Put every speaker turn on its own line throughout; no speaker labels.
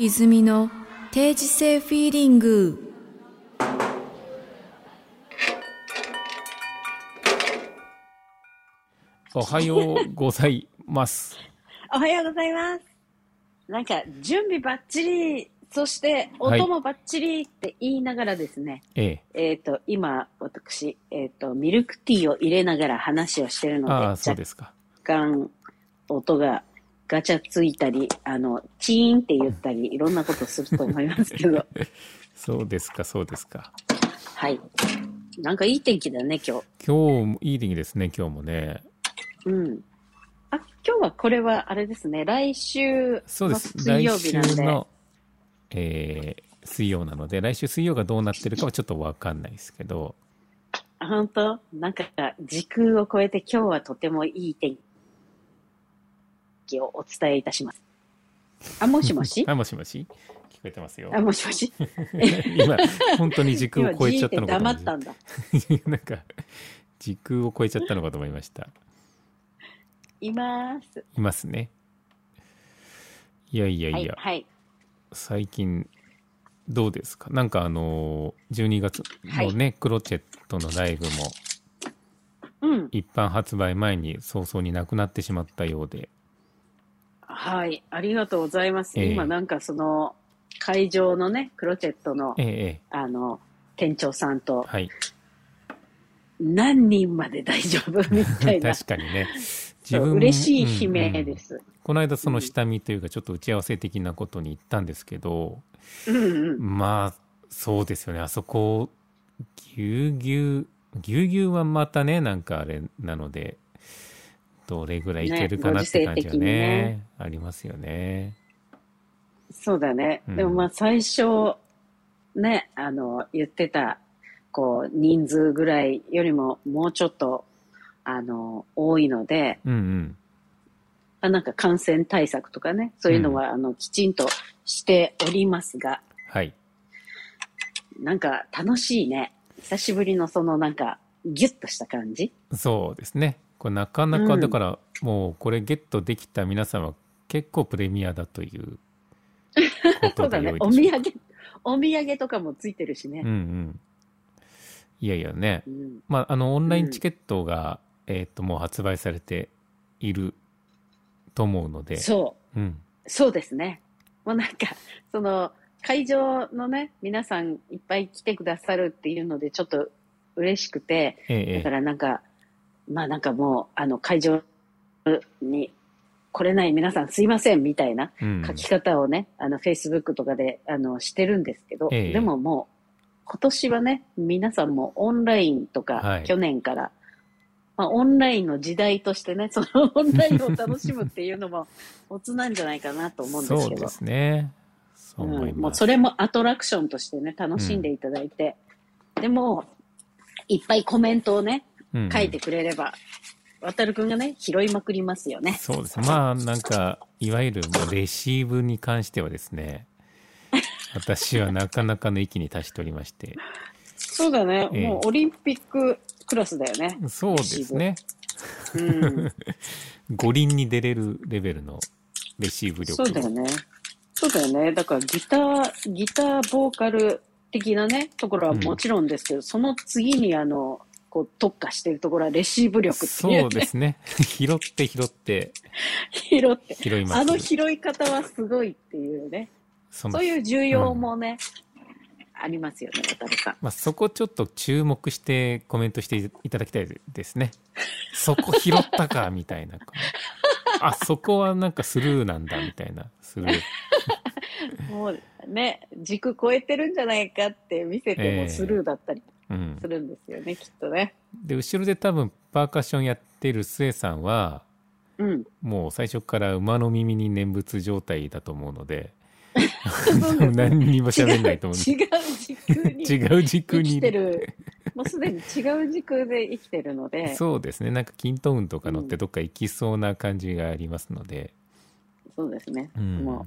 泉の定時性フィーリング
おはようござい ます。
おはようございます。なんか、準備ばっちり、そして、
はい
音もばっちりって言いながらですね、
え
えっ、と、今、私、えっ、と、ミルクティーを入れながら話をしてる
え、
ので、
ああ、そう
若
ですか。
干、音がガチャついたり、あの、チーンって言ったり、いろんなことすると思いま すけど、
そうですか、そうですか。
はい。なんかいい天気だね、今日。
今日もいい天気ですね、今日もね。
うん。あ、今日はこれはあれですね、来週
そうで
の
す。
水
来
曜日
週
なんで、
の、えー水曜なので、来週水曜がどうなってるかはちょっとわかんないですけど、
あ本当なんか時空を超えて今日はとてもいい天気をお伝えいたします。あ、もしもし
あ、もしもし聞こえてますよ
あ、。もしもし
今、本当に時空
今、
を超え
じ
ちゃ
ーっ
った
て
のかと
黙
思い
ったんだ。
ましたなんか、時空を超えちゃったのかと思いました。
います。
いますね。いやいやいや。
はい、はい。
最近どうですかなんかあのー12月のね、クロチェットのライブも
うん。
一般発売前に早々になくなってしまったようで
はい。ありがとうございます。
ええ
今なんかその会場のね、クロチェットの
えええ
あの、店長さん
え
と
はい
何人まで大丈夫み たいな。
確かにね
そう
も
嬉しい悲鳴で
うん
す。
うんこの間その下見というかちょっと打ち合わせ的なことに行ったんですけど、
うんうん。
まあそうですよねあそこぎゅうぎゅうぎゅうぎゅうはまたねなんかあれなのでどれぐらいいけるかなって感じはね
ねご時世的に
ありますよね。
そうだね。
うん
でもまあ最初、ね、あの、言ってた、こう、人数ぐらいよりももうちょっと、あの、多いので、
うんうん
あなんか感染対策とかね、そういうのは、あの、きちんとしておりますが、
はい。
なんか楽しいね。久しぶりのそのなんか、ギュッとした感じ。
そうですね。これなかなか、
うん
だから、もうこれゲットできた皆さんは結構プレミアだという
そ
こ
う
と
だ
で
ね
よい。でしょ
お
う
土産、お土産とかもついてるしね
うんう。ん。いやいやね
う。ん。
まあ、あの、オンラインチケットが、えっ、と、もう発売されていると思うので。
そう。
うん。
そうですね。もうなんか、その、会場のね、皆さんいっぱい来てくださるっていうので、ちょっと嬉しくて、
えええ
だか
え。
らなんか、まあなんかもう、あの、会場に来れない皆さんすいませんみたいな
うん
書き方をね、あの、Facebook とかで、あの、してるんですけど、
ええ
でももう、今年はね、皆さんもオンラインとか、
はい
去年から、まあ、オンラインの時代としてね、その オンラインを楽しむっていうのも、おつなんじゃないかなと思うんです
そう
けど
で。すね。そう思い
うん、も
ま
う
す。
それもアトラクションとしてね、楽しんでいただいて、でも、いっぱいコメントをね、
うんうん
書いてくれれば、渡るくんがね、拾いまくりますよね。
そうですね。まあ、なんか、いわゆるもうレシーブに関してはですね、私はなかなかの域に達しておりまして。
そうだね、
ええ
もうオリンピッククラスだよね。
そうですね。
うん、
五輪に出れるレベルのレシーブ力。
そうだよね。そうだよね。だからギター、ギターボーカル的なね、ところはもちろんですけど、その次にあの、こう特化してるところはレシーブ力ってい
そううですね。 拾って拾って
拾って、
拾います。
あの拾い方はすごいっていうね。
その
そういう重要もね、ありますよね、渡辺さん。
まあ、そこちょっと注目してコメントしていただきたいですね。 そこ拾ったか、みたいな。あ、そこはなんかスルーなんだ、みたいな。スルー。
もうね、軸超えてるんじゃないかって見せて
ええ
もスルーだったり
うん
す。るんですよね、きっとね。
で、後ろで多分パーカッションやってるスエさんは、
うん。
もう最初から馬の耳に念仏状態だと思うの で、
そうだね
何にも
違う、
喋んないと思う。
違う軸 に
違う時空
生
に
き
い
てる。もうすでに違う軸で生きてるので、そう
そうですねなんかキントーンとか乗ってどっか行きそうな感じがありますので、
ですね。
うん
もう、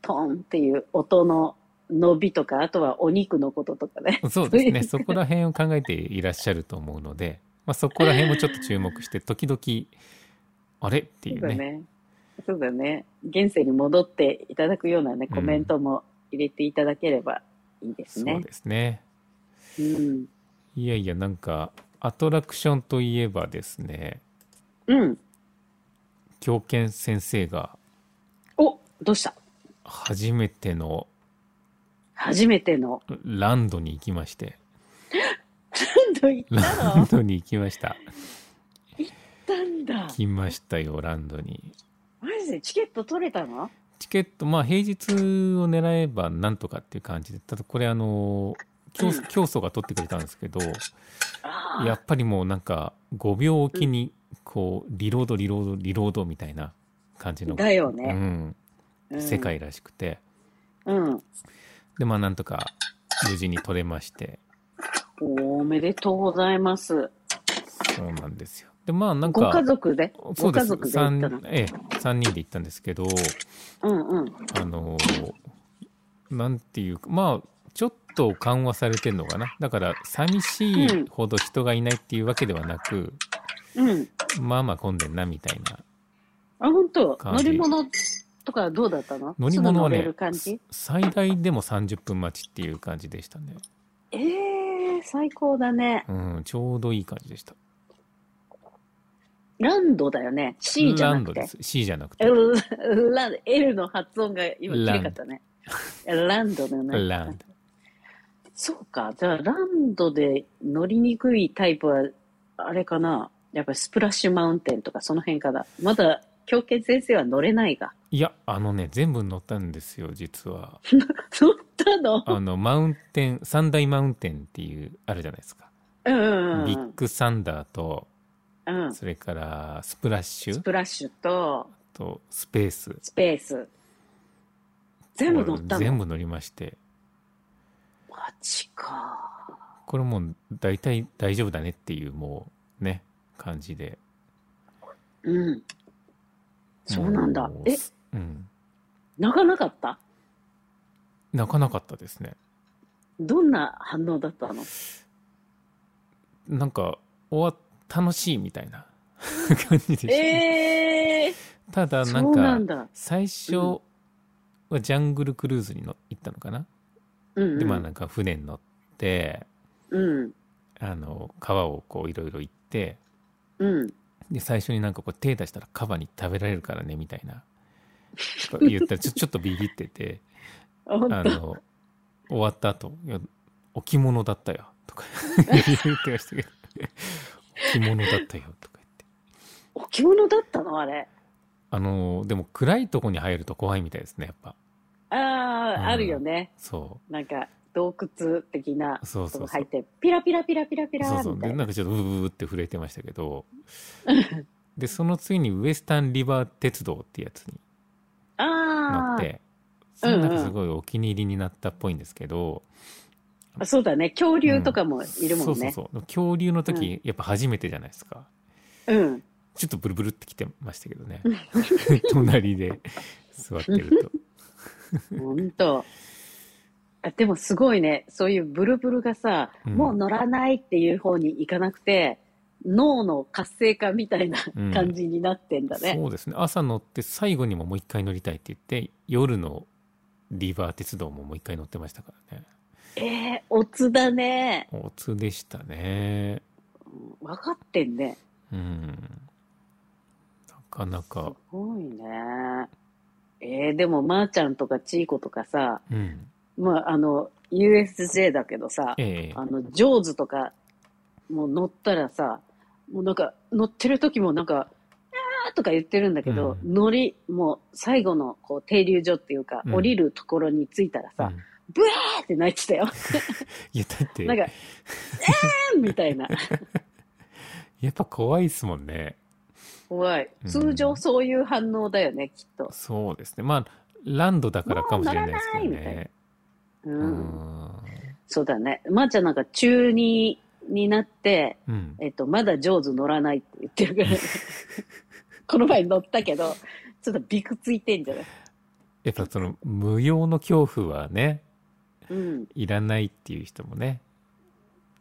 トーンっていう音の伸びとか、あとはお肉のこととかね。
そうですね
そ
そう
いう
こら辺を考えていらっしゃると思う ので、まあ、そこら辺もちょっと注目して時々あれってい
そう
うね
だね。そうだよね。現世に戻っていただくようなね、コメントも入れていただければいいで
そ
す
う
ね。
ですね。
うん。
いやいや、なんか、アトラクションといえばですね、
うん。
狂犬先生が
お、どうした
初めての
初め ての。
ランドに行きまして、
何度行った
ラ
の
ンドに行きました。
なん だ。
来ましたよ、ランドに。
マジでチケット取れたの
チケット、まあ、平日を狙えばなんとかっていう感じで、ただこれ、あの、競
うん
競争が取ってくれたんですけど、
ああ。
やっぱりもうなんか、5秒おきに、こう、リロード、リロード、リロードみたいな感じの、
だよ
う
ね。
ん、
うん
世。界らしくて、
うん。
で、まあ、なんとか、無事に取れまして、
おおめでとうございます。
そうなんですよ。で、まあ、なん
ご
か
家、族で
そ
ご
うで
家
す。
族で行った
三
の。
ええ、3人で行ったんですけど、
うんうん。
あのーなんていうか、まあ、ちょっと緩和されてるのかな。だから、寂しいほど人がいないっていうわけではなく、
うん。
まあまあ混んでんな、みたいな。
あ、本当
感
乗
じ
り物とかどうだったの
乗り物は
すぐ乗れ
ね
る感じ、
最大でも30分待ちっていう感じでしたね。
ええー、最高だね。
うん、ちょうどいい感じでした。
ランドだよね。C じゃ
ラ
な
ンド
く
で
て。
す。C じゃなくて。
L, L, L の発音が今きれかったね。ランドだよね。
ランド。
そうか。じゃあ、ランドで乗りにくいタイプは、あれかな。やっぱりスプラッシュマウンテンとかその辺かな。まだ、狂犬先生は乗れないが。
いや、あのね、全部乗ったんですよ、実は。
乗ったの
あの、マウンテン、三大マウンテンっていう、あるじゃないですか。
うんうん
ビ
う
ッ
ん
グサンダーと、
うん。うん。ス
それからスプラッシュ
プラッシュと
とスペース。
スペース。全部乗ったの
全部乗りまして。
マジか。
これもう大体大丈夫だねっていうもうね、感じで。
うん。そうなんだ
も。う
え、
うん。
泣かなかった
泣かなかったですね。
どんな反応だった の
なんか、終わ楽しいみたい な感じでした。
ええ
ただな
そ
ん
う
か、
なんだ。
最初
うん
はジャングルクルーズにの行ったのかな、
うん、う
で、
ん。
まあなんか船に乗って、
うん。
あの、川をこういろいろ行って、
うん。
で最初になんかこう手出したらカバに食べられるからねみたいなと言ったら ちょちょっとビビってて
あ本
あ
当
の終わった後いや置物だったよ」と か言ってましたけど「置物だったよ」とか言って
置物だったのあれ。
あのでも暗いとこに入ると怖いみたいですねやっぱ
ああ、
うん
あるよね。
そ
なんか、洞窟的な
うそう
と
そ
こ
うそ
入っ
う
て、ピラピラピラピラピラ
そうそう
みた
で
い
な
な。
んかちょっとブブブって震えてましたけ どでその次にウエスタンリバー鉄道ってやつに乗
あ
ってそ
あー
れなんかすごいお気に入りになったっぽいんですけど、
あ、そうだね。恐竜とかもいるもん
そう
ね。
そうそう。でも恐竜の時、やっぱ初めてじゃないですか。
うん。
ちょっとブルブルってきてましたけど ね。 隣で座ってると。
本当。あでもすごいね、そういうブルブルがさ、
うん
もう乗らないっていう方に行かなくて、脳の活性化みたいな
うん
感じになってんだね。
そうですね。朝乗って最後にももう一回乗りたいって言って、夜のリバー鉄道ももう一回乗ってましたからね。
えー、おつだね。
おつでしたね。
うん分かってんね。
うん。なかな
す
か。
ごいね。えー、でも、まーちゃんとかちいことかさ、
うん。
まあ、あの、USJ だけどさ、
ええ
あの、ジョーズとか、もう乗ったらさ、もうなんか、乗ってる時もなんか、あーとか言ってるんだけど、
うん
乗り、もう最後のこう停留所っていうか、
うん
降りるところに着いたら
う
さ、
ん
ブワーって泣いてたよ。
いや、だって
なん、か、えーみた いな。
やっぱ怖いですもんね。
怖い。
うん
通常そういう反応だよね、きっと。
そうですね。まあ、ランドだからかもしれないですけど
もう乗らないみたい
ね。
うん。
うん。
そうだね。まー、ちゃんなんか中2になって、
うん。
えっと、まだ上手乗らないって言って るからい、この前乗ったけど、ちょっとビクついてんじゃない
やっぱその無用の恐怖はね、
うん。
いらないっていう人もね、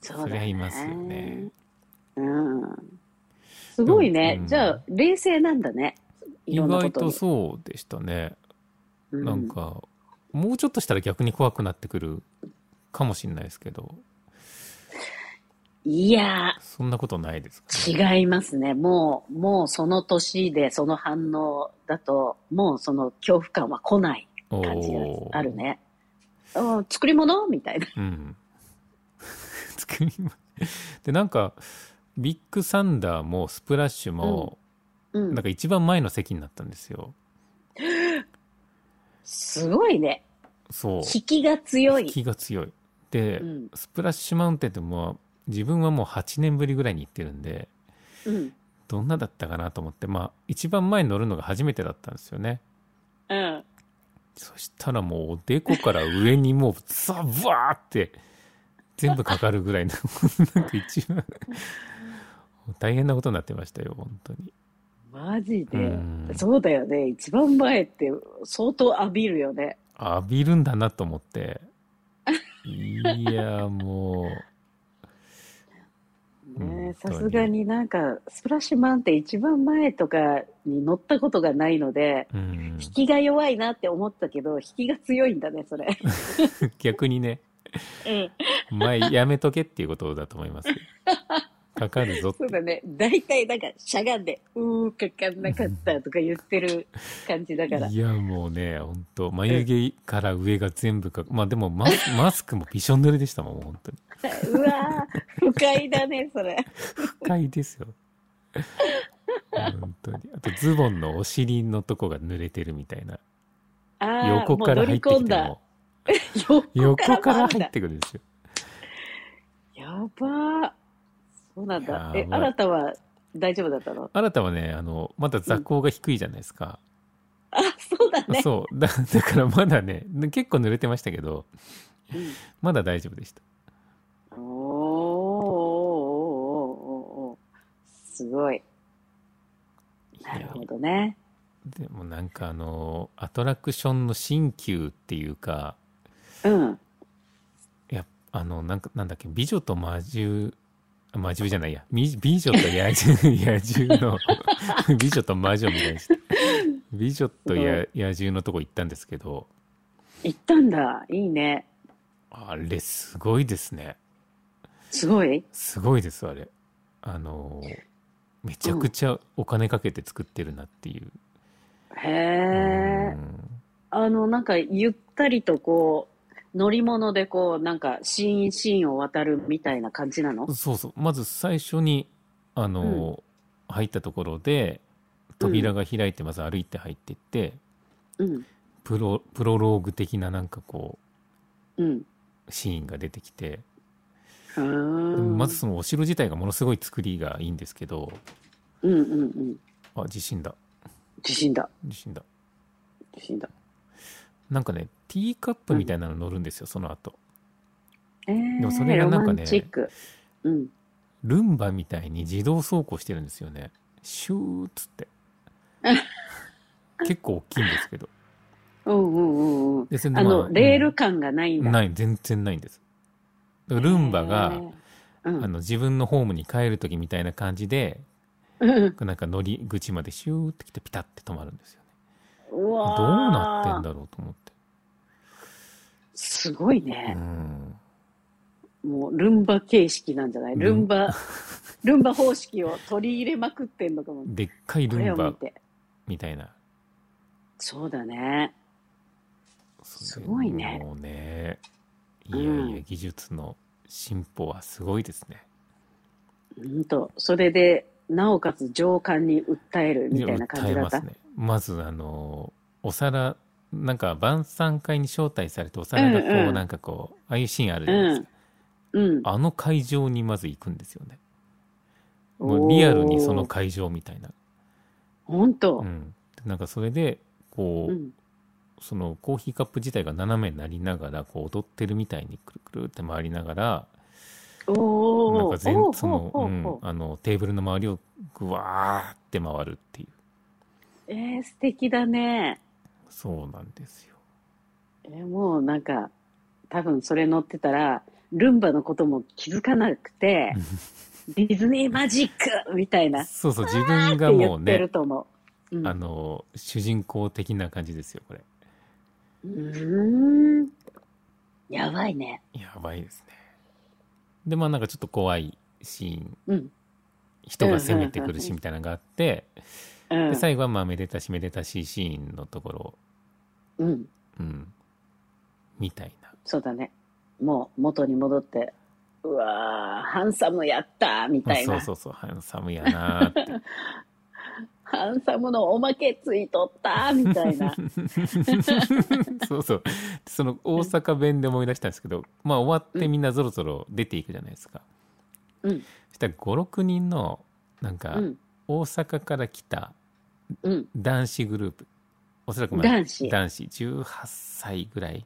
そ
そうり
だ
ゃ
ね。
いますよね。
うん。すごいね。
うん
じゃあ、冷静なんだね。い
意
ろんなこ
外
と
と
に。
そうでしたね。
う
なんか、もうちょっとしたら逆に怖くなってくるかもしれないですけど、
いや
そんなことないですか、ね。
ー、違いますね。もう、もうその年でその反応だと、もうその恐怖感は来ない感じが
おー
ある。ね。うん作り物みたいな。
うん。 作りまで、なんか、ビッグサンダーもスプラッシュも、
うん
なん。か一番前の席になったんですよ。
すごいね。
そう。
引きが強い。
気が強い。で、
うん
スプラッシュマウンテンってもう自分はもう8年ぶりぐらいに行ってるんで、
うん。
どんなだったかなと思って、まあ、一番前に乗るのが初めてだったんですよね。
うん。
そしたらもう、おでこから上にもう、ザバーって、全部かかるぐらいの、 なんか一番、大変なことになってましたよ、本当に。
マジで、
うん
そうだよね。一番前って相当浴びるよね。
浴びるんだなと思って。い や、もうん
ねさすがになんか、スプラッシュマウンテン一番前とかに乗ったことがないので、
う、 うん、
引きが弱いなって思ったけど、引きが強いんだね、それ。
逆にね、
うん。
前やめとけっていうことだと思いますよ。かかるぞって
そうだね。大体なんか、しゃがんで、うー、かかんなかったとか言ってる感じだから。
いやもうね本当眉毛から上が全部かまあでもママスクもびしょ濡れでしたもん本当に
うわー、不快だね、それ。
不快ですよ本当にあとズボンのお尻のとこが濡れてるみたいな
あー
横から入って
もう
き
乗り込ん
て
だ
も。
横から
横から
もあん
入
だ
ってくるんですよ
やばー。そうなんだ。
や
え、
ばい
新たは大丈夫だったの
新たはねあのまだ座高が低いじゃないですか、
あ、そうだ ね。
そうだだからまだね結構濡れてましたけど
うん
まだ大丈夫でした
おーおーおーおーおーすごい。ないる
や
ほどね。
でもなんかあのアトラクションの新旧っていうか
うん。
いやあのなんかなんだっけ美女と魔獣あ魔獣じゃないやみ美女と野獣野獣の 美女と魔女みたいにして美女とや野獣のとこ行ったんですけど
行ったんだ。いいね。
あれすごいですね
すごい。
すごいですあれあのめちゃくちゃお金かけて作ってるなっていう、
へ
う
え。
ん
あの、なんか、ゆったりとこう、乗り物でこう、なんか、シーンシーンを渡るみたいな感じなの
そうそうまず最初にあの、入ったところで扉が開いてまず歩いて入っていって、
うん。
プロプロローグ的ななんかこ
うん。
うシーンが出てきて、
うーん。
まず、そのお城自体がものすごい作りがいいんですけど
うんうんうん。
あ地震だ
地震だ。
地震だ
地震だ。
なんかねティーカップみたいなの乗るんですよ、その後
えー、
でもそれがなんかね
ロマンチック。うん。
ルンバみたいに自動走行してるんですよねシューっつって 結構大きいんですけど
うんうんうんうん。
でそれで
あ
まあ
の、レール感がないんだ。
ない全然ないんですだからルンバが、
へー、
あの自分のホームに帰る時みたいな感じで
うん、
なんか乗り口までシューって来てピタッて止まるんですよね
うわー
どうなってんだろうと思って。
すごいうね、
ん。
もうルンバ形式なんじゃない
ル
ル
ン
ンバ ルンバ方式を取り入れまくってんのかも
でっかい
こ
ル
れ
ン
を見
バ
て
みたいな。
そうだね
す
ごいね
もうね。いうや
ん
いや、技術の進歩はすごいですね。
うんとそれでなおかつ情感に訴えるみたいな感じだった、
訴えますね。まず、あの、お皿、なんか晩餐会に招待されてお皿がこう、
うんうん
なんかこう、ああいうシーンあるじゃないです
うん
か。あ
うん
の会場にまず行くんですよね。もうリアルにその会場みたいな。
本当
う、ん。でなんかそれで、こ
う
う、
ん
そのコーヒーカップ自体が斜めになりながらこう踊ってるみたいにくるくるって回りながら
お
なん
お
か全
おー
その、
ほう
う
ほうんほう、
あのテーブルの周りをぐわーって回るっていう
えー、素敵だね
そうなんですよ
えーもうなんか多分それ乗ってたらルンバのことも気づかなく てディズニーマジックみたいな
そうそう自分
っ
が
て
も
言
う
って
ね
ると思うん
あの主人公的な感じですよこれ
うーん。やばいね。
やばいですねでまあなんかちょっと怖いシーン
うん。
人が攻めてくるシーンみたいなのがあって、
うん
で。最後はまあめでたしめでたしいシーンのところ、
うん。
うん、みたいな
そうだね。もう元に戻って、うわー、ハンサムやったーみたい
そ
な
う。そうそうハンサムやなーって
ハンサムのおまけついとったーみたいな。
そうそうその大阪弁で思い出したんですけどまあ終わってみんなぞろぞろ出ていくじゃないですか、
うん。
そしたら56人のなんか
うん。
大阪から来た
うん。
男子グループおそらくまあ
男子。
男子18歳ぐらい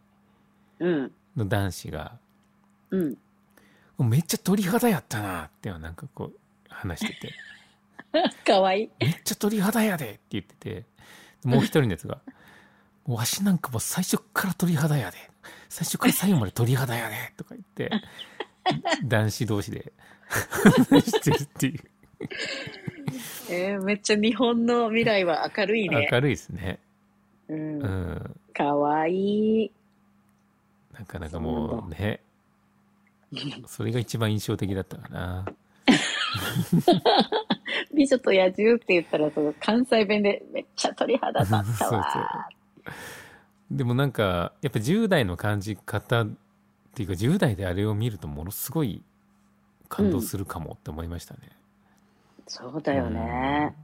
うん。
の男子が
うん。
「めっちゃ鳥肌やったな」ってはなんかこう話してて
かわいい。
「めっちゃ鳥肌やで」って言っててもう一人のやつが「わしなんかもう最初から鳥肌やで最初から最後まで鳥肌やで」とか言って男子同士 で話してるっていう
えー、めっちゃ日本の未来は明るいね。
明るいですね
う。
うんん
かわいい。
なかなかもうねそれが一番印象的だったかな
美女と野獣って言ったら、その関西弁でめっちゃ鳥肌立ったわー。
そうそうでもなんかやっぱ10代の感じ方っていうか10代であれを見るとものすごい感動するかもって思いましたね、
そうだよね。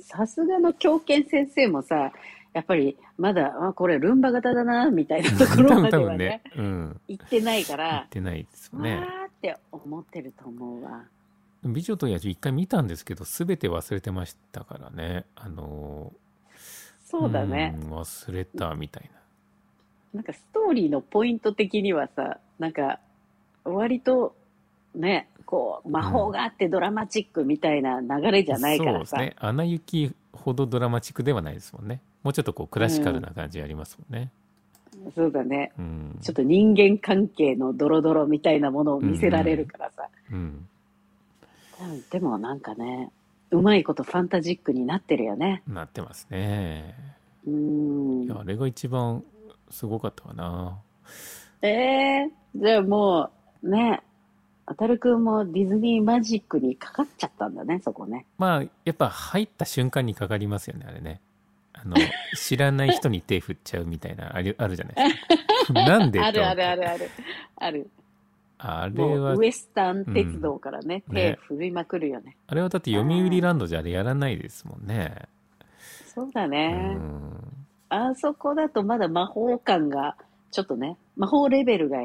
さすがの狂犬先生もさ、やっぱりまだ、あ、これルンバ型だな、みたいなとこ
多
ろま
分
で
多
は
分
ね
ね、、うん、
行ってない
言
か
っ
ら、
てないですよ
わ
ね
ーって思ってると思うわ。
「美女と野獣」一回見たんですけど全て忘れてましたからねあのー
そうだね。
ん忘れたみたいな
なんかストーリーのポイント的にはさ、なんか、割と、ね、こう、魔法があってドラマチックみたいな流れじゃないから
そ
さ、
うですね「アナ雪」ほどドラマチックではないですもんねもうちょっとこうクラシカルな感じありますもんね、
そうだね。
うん
ちょっと人間関係のドロドロみたいなものを見せられるからさ、
うん、
うんでもなんかね、うまいことファンタジックになってるよね。
なってますね
うー
いや
ん。
あれが一番すごかったかな
えー、じゃあもう、ね、あたるくんもディズニーマジックにかかっちゃったんだね、そこね。
まあやっぱ入った瞬間にかかりますよねあれねあ の知らない人に手振っちゃうみたいなあれあるじゃない ですかなんで
あるあるあ
る
るある。ある。
あれ
も
は
うウエスタン鉄道からね、
うん
手
ね
振りまくるよね。
あれはだって読売ランドじゃあれやらないですもんね
そうだ
う
ね。
ん
あそこだとまだ魔法感が、ちょっとね、魔法レベルが、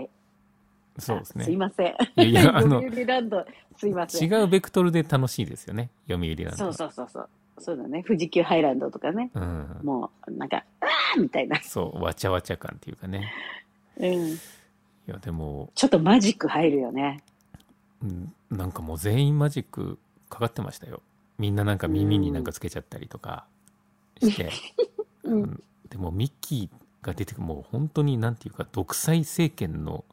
そうです
あすい
ね
ません。
いやいやあの
読売ランド、すいません。
違うベクトルで楽しいですよね読売ランド
そうそうそうそう。そうだね。富士急ハイランドとかね。
うん、
もう、なんか、あーみたいな。
そうわちゃわちゃ感っていうかね
うん。
いやでも、
ちょっとマジック入るよね。
うんなんかもう全員マジックかかってましたよみんななんか耳になんかつけちゃったりとかして、
うん
うんでもミッキーが出てくるもう本当になんていうか独裁政権の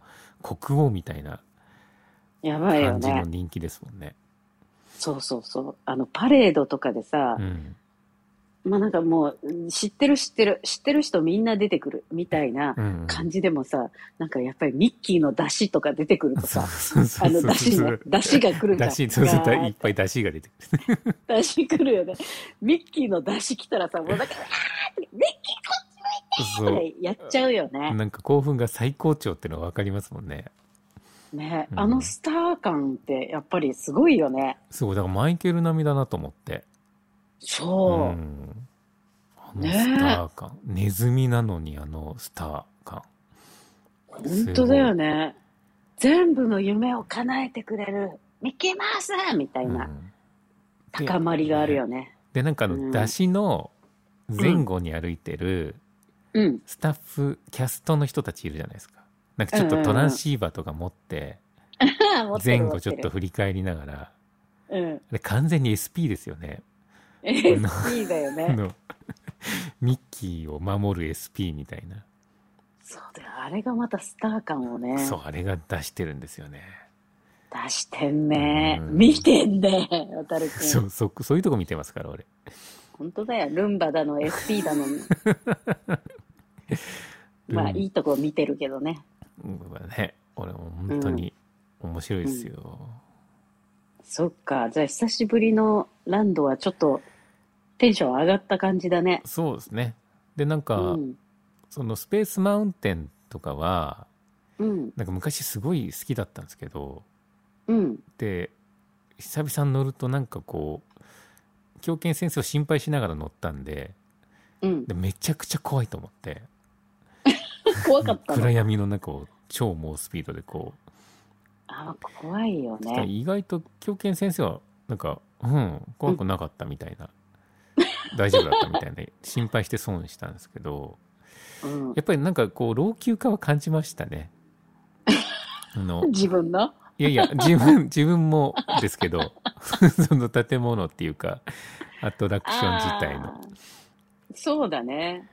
国王みたいな
やばいよ
感じの
ね。
人気ですもんね。
そうそうそう。あの、パレードとかでさ、
うん
まあなんかもう、知ってる知ってる、知ってる人みんな出てくる、みたいな
うん
感じでもさ、なんかやっぱりミッキーの出汁とか出てくると
そう
さ、
そうそ
あ
う
の、
そう
出汁
そ
ね
う。
出汁が来るんだ。
だしそうそうだ
ガー
いっぱいだしが出てくる。
出汁来るよね。ミッキーの出汁来たらさ、もうなんか、あーってミッキー
そ
とかやっちゃうよ
う
ね。
なんか興奮が最高潮っていうのが分かりますもんね。
ね、
うん
あのスター感ってやっぱりすごいよね。
すごいだからマイケル並みだなと思って。
そうう。
んあの
ねえ
スター感、ネズミなのにあのスター感
本当だよね。全部の夢を叶えてくれる、ミッキーマウスみたいな
うんで
高まりがあるよね。
でなんかあ
うん
の出汁の前後に歩いてる
うん。
スタッフキャストの人たちいるじゃないですかなんかちょっ
うんう
と
んうん
トランシーバーとか持って
持って
前
る
後ちょっと。振り返りながら
持る うん。
あれ完全に SP ですよね
いいだよ
あ
ね。
の ミッキーを守る SP みたいな、
そうだよ。あれがまたスター感をね、
そうあれが出してるんですよね、
出してんね。
うん
見てんね、渡るくん。
そうそそういうとこ見てますから俺
本当だよ。ルンバだの、SP だの。まあ、
うん
いいとこ見てるけどね。
うんまあね、俺も本当に面白いですよ。
そっか。じゃあ、久しぶりのランドはちょっとテンション上がった感じだね。
そうですね。で、なん
う
か、
ん。
そのスペースマウンテンとかは、
うん。
なんか昔すごい好きだったんですけど、
うん。
で、久々に乗るとなんかこう、狂犬先生を心配しながら乗ったんで、
うん。
でめちゃくちゃ怖いと思って、
怖かった
暗
の。
闇の中を超猛スピードでこう、
あ、怖いよ
そしたら
ね。
意外と狂犬先生はなんかうん怖くなかったみたいな、大丈夫だったみたいな心配して損したんですけど
うん
や。っぱりなんかこう老朽化は感じました ねあの
自分の
いやいや自分自分もですけど その建物っていうかアトラクション自体の
あーそうだね。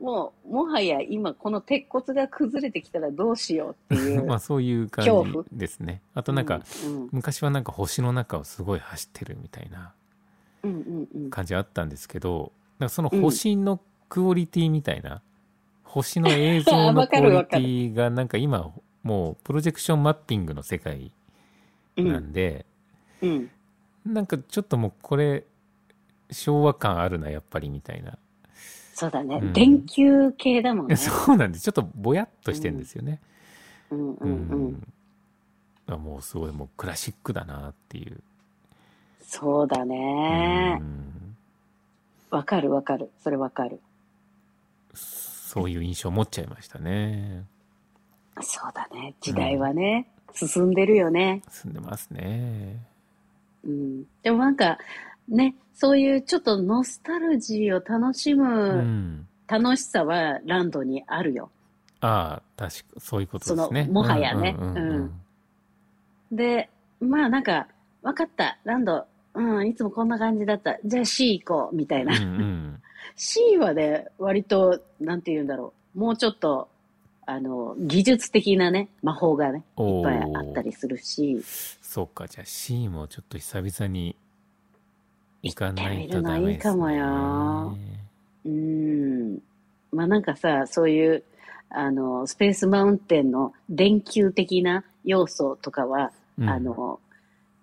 もう、もはや今、この鉄骨が崩れてきたらどうしようってい う。
まあそういう感
恐怖
じですねあとなんか、
うん、
昔はなんか星の中をすごい走ってるみたいな
うん、うんうんうん。
感じあったんですけどなんかその星のクオリティみたいな、星の映 像の
わ
ク
か
オ
る
リティがなんか今もうプロジェクションマッピングの世界
うん
なんで、
うん。
なんかちょっともうこれ昭和感あるなやっぱりみたいな、
そうだね。
うん
電球系だもんね。
そうなんでちょっとぼやっとしてんですよね、
うんうんうん。
あもうすごいもうクラシックだなっていう、
そうだね
う。ん
わかるわかる。それわかる。
そういう印象を持っちゃいましたね
そうだね。時代はね、進んでるよね。
住んでますね
うん。でもなんか、ね、そういうちょっとノスタルジーを楽し
う
む
ん
楽しさはランドにあるよ。
ああ、確か、そういうことですね。
そのもはやね
うんうんうん
で、まあなんか、わかった、ランド、うん、いつもこんな感じだった。じゃあ C 行こう、みたい
うん
な。
うん
C はね、割と、なんて言うんだろう。もうちょっと、あの、技術的なね、魔法がね、い
おー
っ ぱいあったりするし、
そうか、じゃあ C もちょっと久々に行かないと
行ってみるの
ダメです、ね。
いいかもようん。まあなんかさ、そういう、あの、スペースマウンテンの電球的な要素とかは、
うん
あ、 の、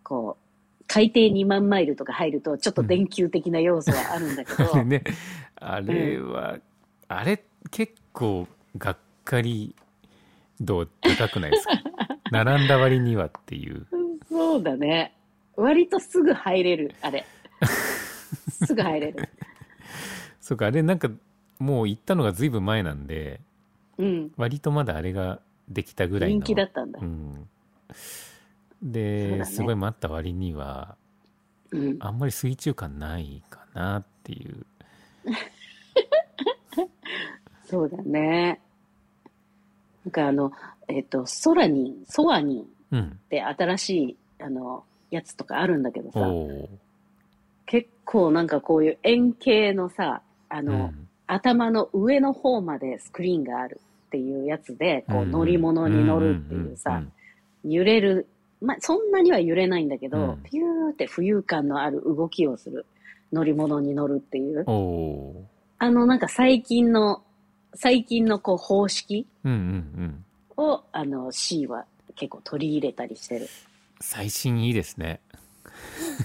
こう、海底2万マイルとか入ると、ちょっと電球的な要素はあるん だけど、
ね、あれは、あれ、結構、がっかり度高くないです か並んだ割にはっていう。
そうだね。割とすぐ入れる、あれ。すぐ入れる。
そうか、あれなんか、もう行ったのがずいぶん前なんで、
うん。
割とまだあれができたぐらいの。
人気だったんだ
う。ん、
そう
で、
だね
すごい待った割には
うん。
あんまり水中感ないかなっていう
そうだね。なんかあの、えっ、と、ソラニン、ソアニンっ
うん
て新しい、あの、やつとかあるんだけど
お
さ、
お
結構なんかこういう円形のさ、あ
ー、う
の、
ん
頭の上の方までスクリーンがあるっていうやつで、こう
うん
乗り物に乗るっていうさ、
ん
揺れる、まあ、そんなには揺れないんだけど、
うん
ピューって浮遊感のある動きをする乗り物に乗るっていう、
おお
あのなんか最近の、最近のこう方式
ーうんうんうん
をあの C は結構取り入れたりしてる。
最新いいですね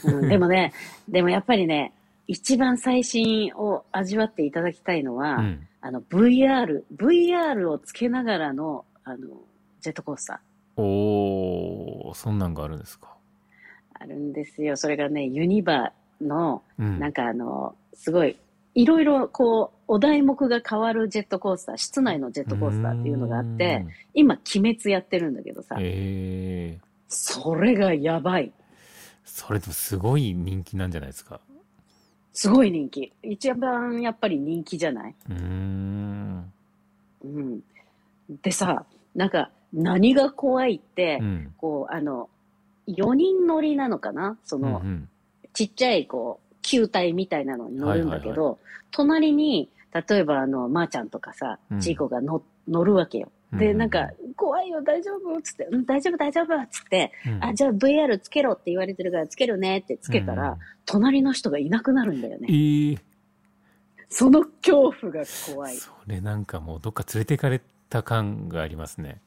うん、でもね、でもやっぱりね、一番最新を味わっていただきたいのは、
うん
あの VR、VR をつけながらのあのジェットコースター
おおそんなんがあるんですか
あるんですよ。それがね、ユニバの
うん
なんかあの、すごい、いろいろこう、お題目が変わるジェットコースター、室内のジェットコースターっていうのがあって、今、鬼滅やってるんだけどさ
うん、えー、
それがやばい。
それでもすごい人気なんじゃないですか
すごい人気。一番やっぱり人気じゃないう
ーん
うん。でさ、なんか、何が怖いって、
うん
こう、あの、4人乗りなのかなそ
うんう
の、
ん
ちっちゃい、こう、球体みたいなのに乗るんだけど、
はいは
隣に、例えば、あの、まー、ちゃんとかさ
う、ん
ちいこが乗乗るわけよ。で、なんか、怖いないよ、大丈夫つって、うん、大丈夫、大丈夫つって、
うん
あ、じゃあ VR つけろって言われてるからつけるねってつけたら、
うん
隣の人がいなくなるんだよ
え
ね。
ー
その恐怖が怖い。
それなんかもうどっか連れていかれた感がありますね。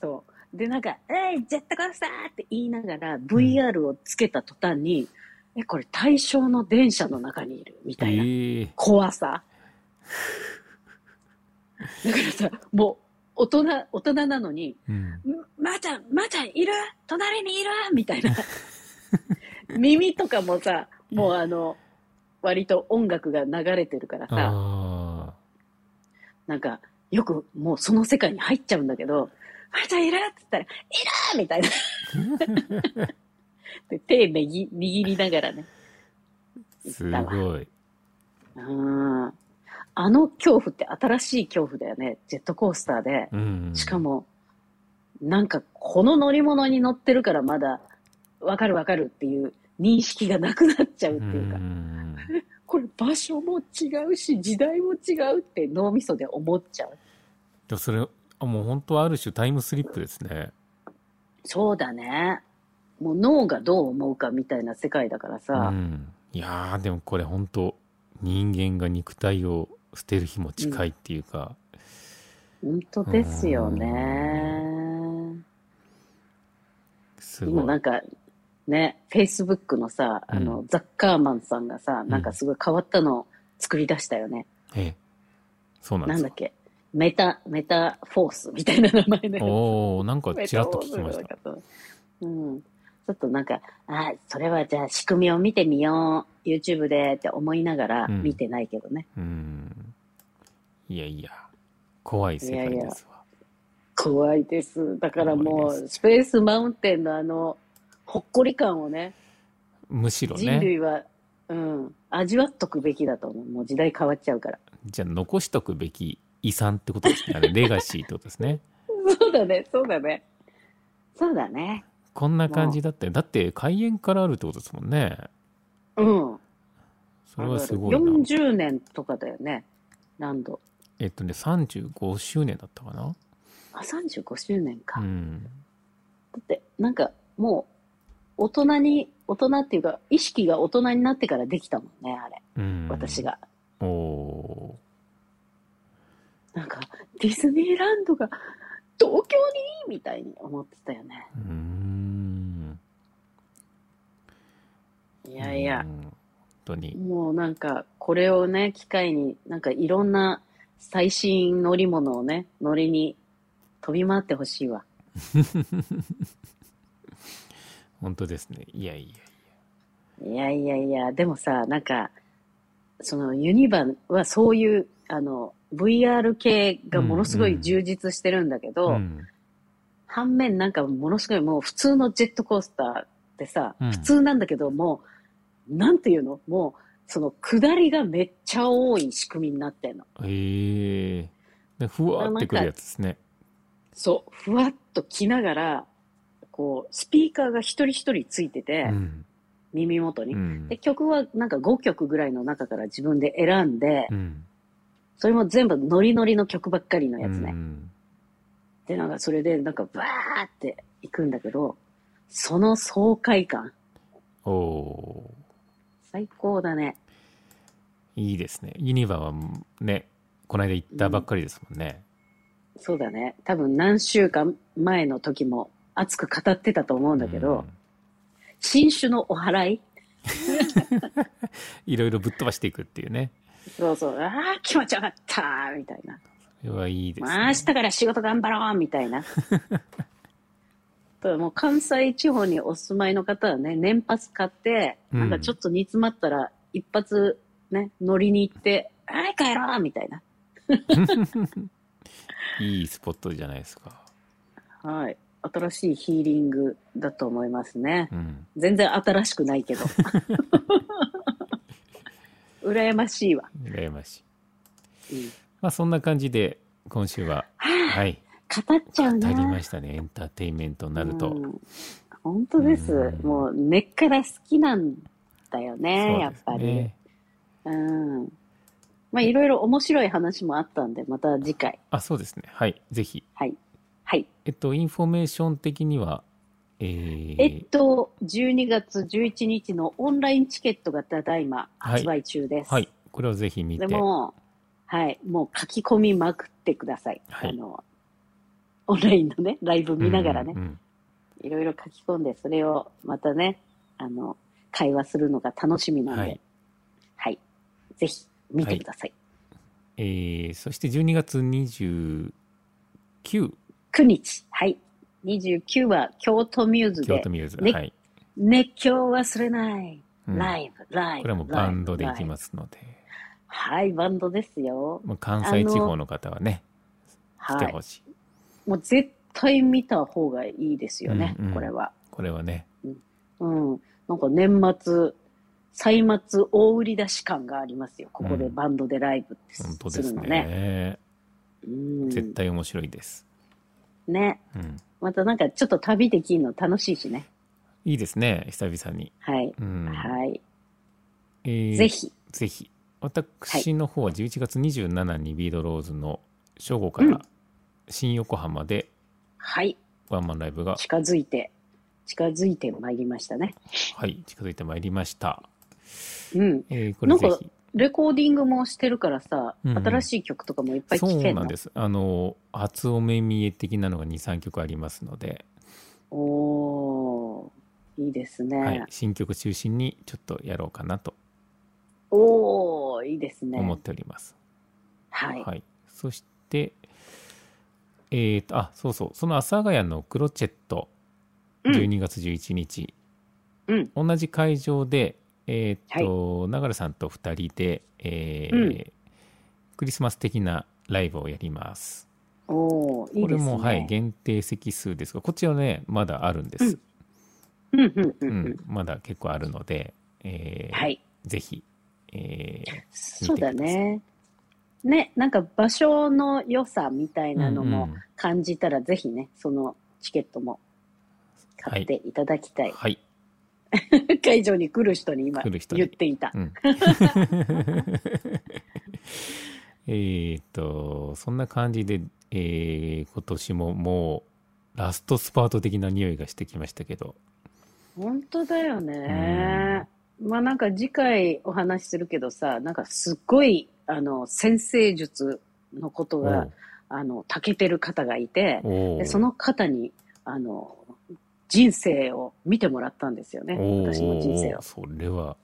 そう。で、なんか、えい、ジェットコースターって言いながら、VR をつけた途端に、え、これ対象の電車の中にいる、み
え
たいな。
ー
怖さ。だからさ、もう、大人、大人なのに、
うん、
んまーちゃん、まーちゃんいる隣にいる みたいな。耳とかもさ、もうあの、割と音楽が流れてるからさ、
あ
なんか、よくもうその世界に入っちゃうんだけど、まーちゃんいるって言ったら、いるみたいな。 で手めぎ握りながらね。
ーすごい。
うん。あの恐怖って新しい恐怖だよね。ジェットコースターで。
うん、
しかも、なんかこの乗り物に乗ってるからまだわかるわかるっていう認識がなくなっちゃうっていうか、
ん
これ場所も違うし時代も違うって脳みそで思っちゃう。
でもそれあもう本当はある種タイムスリップですね。
そうだね。もう脳がどう思うかみたいな世界だから
う
さ、
ん、いやーでもこれ本当人間が肉体を捨てる日も近いっていうか、
本当ですよね。
す
今
ご。
ないんかね、Facebook のさ、あの、ザッカーマンさんがさ、なんかすごい変わったのを作り出したよね。
ええそうなんで
なん
す
だっ
か。
け、メタ、メタフォースみたいな名前ね。
おおなんか
メ
ちら
タ
っ
フォ
と聞
ース
きました。
た。うん。ちょっとなんか、あそれはじゃあ仕組みを見てみよう、YouTube でって思いながら
うん
見てないけどね。
うん。いやいや、怖い世界ですわ。
怖いです。だからも
怖いで
う、スペースマウンテンのあの、ほっこり感をね、
むしろ
人
ね、
類は、うん、味わっとくべきだと思う。もう時代変わっちゃうから。
じゃあ残しとくべき遺産ってことですね。あ のレガシーってことですね。
そうだね、そうだね。そうだね。
こんな感じだったよ。だって開園からあるってことですもんね。
うん。
それはすごいな。
40年とかだよね、何度。
えっとね、35周年だったかな。
あ、35周年か。
う
だ
ん。
って、なんか、もう、大人に、大人っていうか、意識が大人になってからできたもんね、あれ、
うん、
私。が。
おお
なんか、ディズニーランドが東京にみたいに思ってたよね。
ー。うーん。
い
い
やいや、
本当に。
もうなんか、これをね、機会に、なんかいろんな最新乗り物をね、乗りに飛び回ってほしいわ。
本当ですね。いやいや。
いやいやいや、でもさ、なんか、そのユニバはそういう、あの、VR 系がものすごい充実してるんだけど、
うん。
反面なんかものすごいもう普通のジェットコースターってさ、
うん
普通なんだけどもう、なんていうのもう、その下りがめっちゃ多い仕組みになってんの。
ええでふわってくるやつですね。
そう、ふわっと来ながら、こう、スピーカーが一人一人ついてて、
うん。
耳元に。
うん
で、曲はなんか5曲ぐらいの中から自分で選んで、
うん。
それも全部ノリノリの曲ばっかりのやつね。
うん
で、なんかそれでなんかバーって行くんだけど、その爽快感、
おお
最高だね。
ーいいですね。ユニバはね、この間行ったばっかりですもんね。
そうだね。多分何週間前の時も熱く語ってたと思うんだけど、
うん
新種のお祓い
いろいろぶっ飛ばしていくっていうね。
そうそう、ああ、気持ちよかったみたいな。
それはいいですね。
まあ明日から仕事頑張ろうみたいな。 ともう関西地方にお住まいの方はね、年パス買って、
うん
なんかちょっと煮詰まったら、一発ね、乗りに行って、あれ帰ろうみたいな。
いいスポットじゃないですか。
はい。新しいヒーリングだと思いますね。
うん。
全然新しくないけど。 羨ましいわ。
羨ましい。
うん
まあそんな感じで、今週は、はい、
語っちゃう
語
な。
りましたね。エンターテインメントになると。
うん本当です
うん。
もう根っから好きなんだよ
そう
ね、やっ
です
ぱり
ね。。
うん。まあ、いろいろ面白い話もあったんで、また次回。
あ、そうですね。はい。ぜひ。
はい。はい。
えっと、インフォメーション的には、えー
えっと、12月11日のオンラインチケットがただいま発売中です。
はい、これをぜひ見て
で、も、はい、もう書き込みまくってください。
はい
あの、オンラインのね、ライブ見ながらね
う、ん
いろいろ書き込んで、それをまたね、あの、会話するのが楽しみ
う
なんんで、
は
はいい、、ぜひ見てください。
えーそして12月29
9日、はい、29は京都ミューズ
京
で
都、ミューズ、
ね
はい、
熱狂を忘れない、
うん
ライブ、ライブ。
これはもうバンドでいき
す。
ますので、
はい、バンドですよ。
まあ、関西地方の方はね来
は
てほ
い。
しい、
もう絶対見た方がいいですよね、
うんうん
これは。
これはね
うん。なんか年末、歳末大売り出し感がありますよ。ここ
う
で
ん
バンドでライブって
本当
す
で
る
す
の
ね
ね。うん、
絶対面白いです、
ね。
うん、
またなんかちょっと旅できるの楽しいしね。
いいですね久々に、
はい。
うん
はい。
えー
ぜひ。
ぜひ私の方は11月27にビードローズの正午から新横浜で
はい。
ワンマンライブが、
近づいて、近づいてまいりましたね。
はい、近づいてまいりました、
うん。
えーこれぜ
なんか
ひ
レコーディングもしてるからさ、
うんうん
新しい曲とかもいっぱい聴
そ
け
う
るの。
なんですあの初お目見え的なのが23曲ありますので、
おー、いいですね。
はい、新曲中心にちょっとやろうかなと
おー、いいですね。
思っております、
はい。
はい、そしてえっとあそうそうその阿佐ヶ谷のクロチェット
うん。
12月11日、
うん。
同じ会場で、えーっと流れさんと2人で、えー
うん
クリスマス的なライブをやります。
おー、いい
これ
ですね。
も、はい、限定席数ですがこっちはねまだあるんです、
うんうんう
うんん
うん。
まだ結構あるので、えー
はい。
ぜひ、えー
そうだね。ね、なんか場所の良さみたいなの
うん
も
うん
感じたら、ぜひね、そのチケットも買っていただきたい。
はい、
会場に来る人に今
来る人に
言っていた。
うん えーっとそんな感じで、えー今年ももうラストスパート的な匂いがしてきましたけど
本当だよね。まあなんか次回お話しするけどさ、なんかすっごい、あの、先生術のこと
お
が
う、
あの、たけてる方がいて、
お
で
う
その方にあの人生を見てもらったんですよね
おー
私の人生を
それは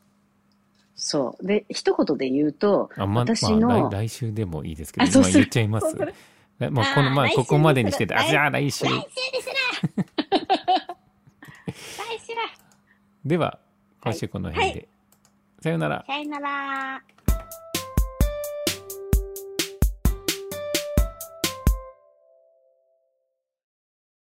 そうで一言で言うと
あんま
私の
まあ、来来週でもいいですけど
あそう
今
す
言
る
っちゃいま
そう
す
する
来もうこのまあ
あー来週
ここまでにしてて
にす
あ
る
じゃあ来週
来週だ
では今週この辺で、さようなら
さよなら